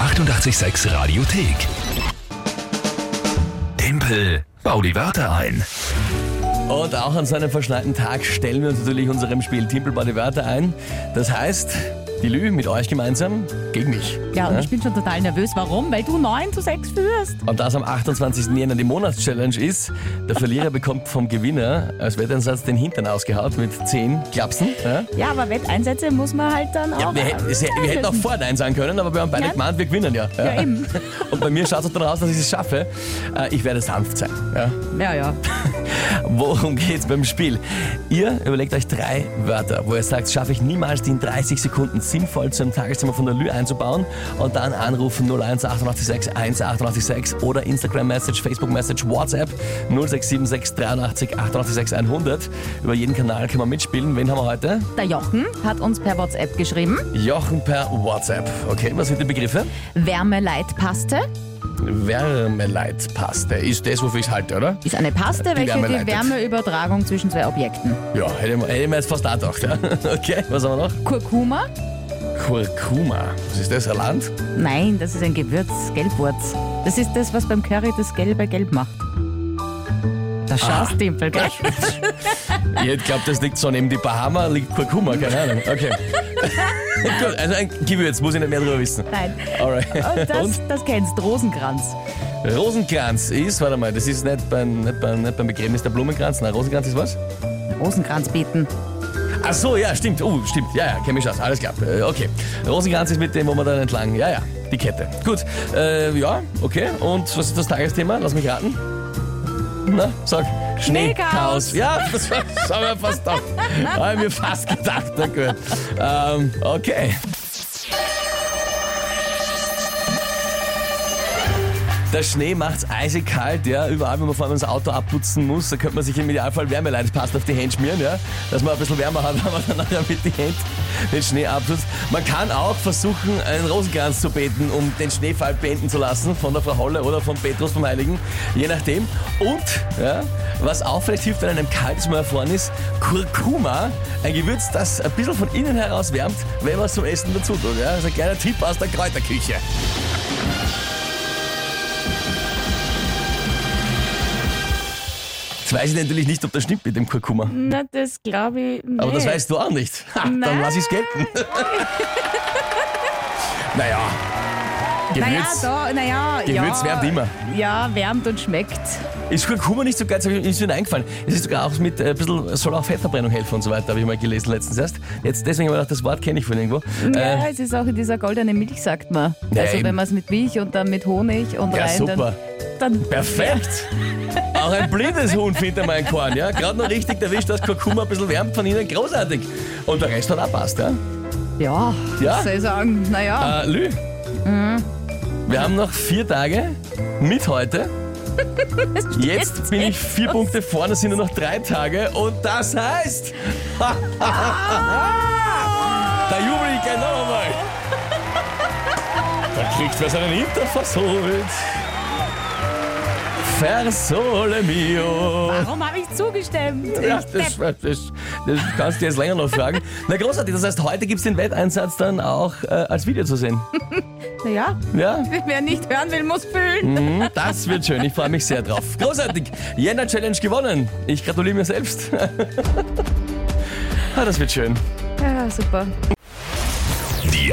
886 Radiothek. Tempel, bau die Wörter ein. Und auch an seinem verschneiten Tag stellen wir uns natürlich unserem Spiel Timpelbar die Wörter ein. Das heißt, die Lü mit euch gemeinsam gegen mich. Ja, und ich bin schon total nervös. Warum? Weil du 9 zu 6 führst. Und da es am 28. Jänner die Monatschallenge ist, der Verlierer bekommt vom Gewinner als Wetteinsatz den Hintern ausgehaut mit 10 Klapsen. Ja? Ja, aber Wetteinsätze muss man halt dann Ja, auch. wir, hätten, es, wir hätten auch vorher Nein sagen können, aber wir haben beide Ja. gemeint, wir gewinnen ja. Ja, eben. Und bei mir schaut es dann aus, dass ich es schaffe. Äh, Ich werde sanft sein. Ja. Ja, ja. Worum geht's beim Spiel? Ihr überlegt euch drei Wörter, wo ihr sagt, schaffe ich niemals, die in 30 Sekunden sinnvoll zu einem Tageszimmer von der Lü einzubauen und dann anrufen 01886 1886 oder Instagram-Message, Facebook-Message, WhatsApp 0676 83 886 100. Über jeden Kanal kann man mitspielen. Wen haben wir heute? Der Jochen hat uns per WhatsApp geschrieben: Jochen per WhatsApp. Okay, was sind die Begriffe? Wärmeleitpaste Wärmeleitpaste. Ist das, wofür ich es halte, oder? ist eine Paste, Die welche Wärme die leitet. Wärmeübertragung zwischen zwei Objekten. Ja, hätte ich mir- hätte ich mir jetzt fast auch gedacht. Ja. Okay, was haben wir noch? Kurkuma? Kurkuma. Was ist das, ein Land? Nein, das ist ein Gewürz, Gelbwurz. Das ist das, was beim Curry das Gelbe gelb macht. Ah. Da schaust Dimpel, gell? Ich hätte glaubt, das liegt so neben die Bahama, liegt Kurkuma, keine Ahnung. Okay. Gut, also ein Gewürz, muss ich nicht mehr drüber wissen. Nein. Und Alright. das, das kennst Rosenkranz. Rosenkranz ist, warte mal, das ist nicht beim, nicht beim, nicht beim Begräbnis der Blumenkranz, nein, Rosenkranz ist was? Rosenkranz beten. Ach so, ja, stimmt, oh, stimmt, ja, ja, kenn mich aus, alles klar, äh, okay. Rosenkranz ist mit dem, wo man dann entlang, ja, ja, die Kette. Gut, äh, ja, okay, und was ist das Tagesthema? Lass mich raten. Na, sag. Schneechaos. Ja, das war, das haben wir fast doch. Haben wir fast gedacht, na gut. Ähm, okay. Der Schnee macht's eisig kalt, ja. Überall, wenn man vor allem das Auto abputzen muss, da könnte man sich im Idealfall Wärmeleitpaste auf die Hände schmieren, ja. Dass man ein bisschen wärmer hat, wenn man dann nachher mit den Händen den Schnee abputzt. Man kann auch versuchen, einen Rosenkranz zu beten, um den Schneefall beenden zu lassen von der Frau Holle oder von Petrus vom Heiligen, je nachdem. Und, ja, was auch vielleicht hilft, wenn einem kalt ist, man erfroren ist, Kurkuma, ein Gewürz, das ein bisschen von innen heraus wärmt, wenn man es zum Essen dazu tut, ja. Das ist ein kleiner Tipp aus der Kräuterküche. Jetzt weiß ich natürlich nicht, ob das stimmt mit dem Kurkuma. Na, das glaube ich. Nee. Aber das weißt du auch nicht. Ha, dann Nein. lass ich's gelten. naja. Naja, Gewürz. da, naja, Gewürz ja, wärmt immer. Ja, wärmt und schmeckt. ist Kurkuma nicht so ganz, ist mir nicht eingefallen. Es ist sogar auch mit äh, ein bisschen, soll auch Fettverbrennung helfen und so weiter, habe ich mal gelesen letztens erst. Jetzt deswegen habe ich gedacht, das Wort kenne ich von irgendwo. Ja, Äh, es ist auch in dieser goldenen Milch, sagt man. Ja, also eben. wenn man es mit Milch und dann mit Honig und ja, rein, super. dann, dann Perfekt! Auch ein blindes Huhn findet mein Korn, ja? Gerade noch richtig erwischt, dass Kurkuma ein bisschen wärmt von innen, großartig. Und der Rest hat auch passt, ja? ja, Ja? soll ich sagen, naja, Äh, Lü, wir haben noch vier Tage mit heute. Jetzt bin ich vier Punkte vorne, es sind nur noch drei Tage und das heißt. da jubel ich gleich noch einmal. Da kriegt wer seinen Hintern versohlt. Versole mio. warum habe ich zugestimmt? Ja, Ich das, das, das kannst du jetzt länger noch fragen. Na großartig, das heißt, heute gibt es den Wetteinsatz dann auch äh, als Video zu sehen. depp. naja, Ja? wer nicht hören will, muss fühlen. Mhm, Das wird schön, ich freue mich sehr drauf. Großartig, Jänner Challenge gewonnen. Ich gratuliere mir selbst. Ah, das wird schön. Ja, super. Die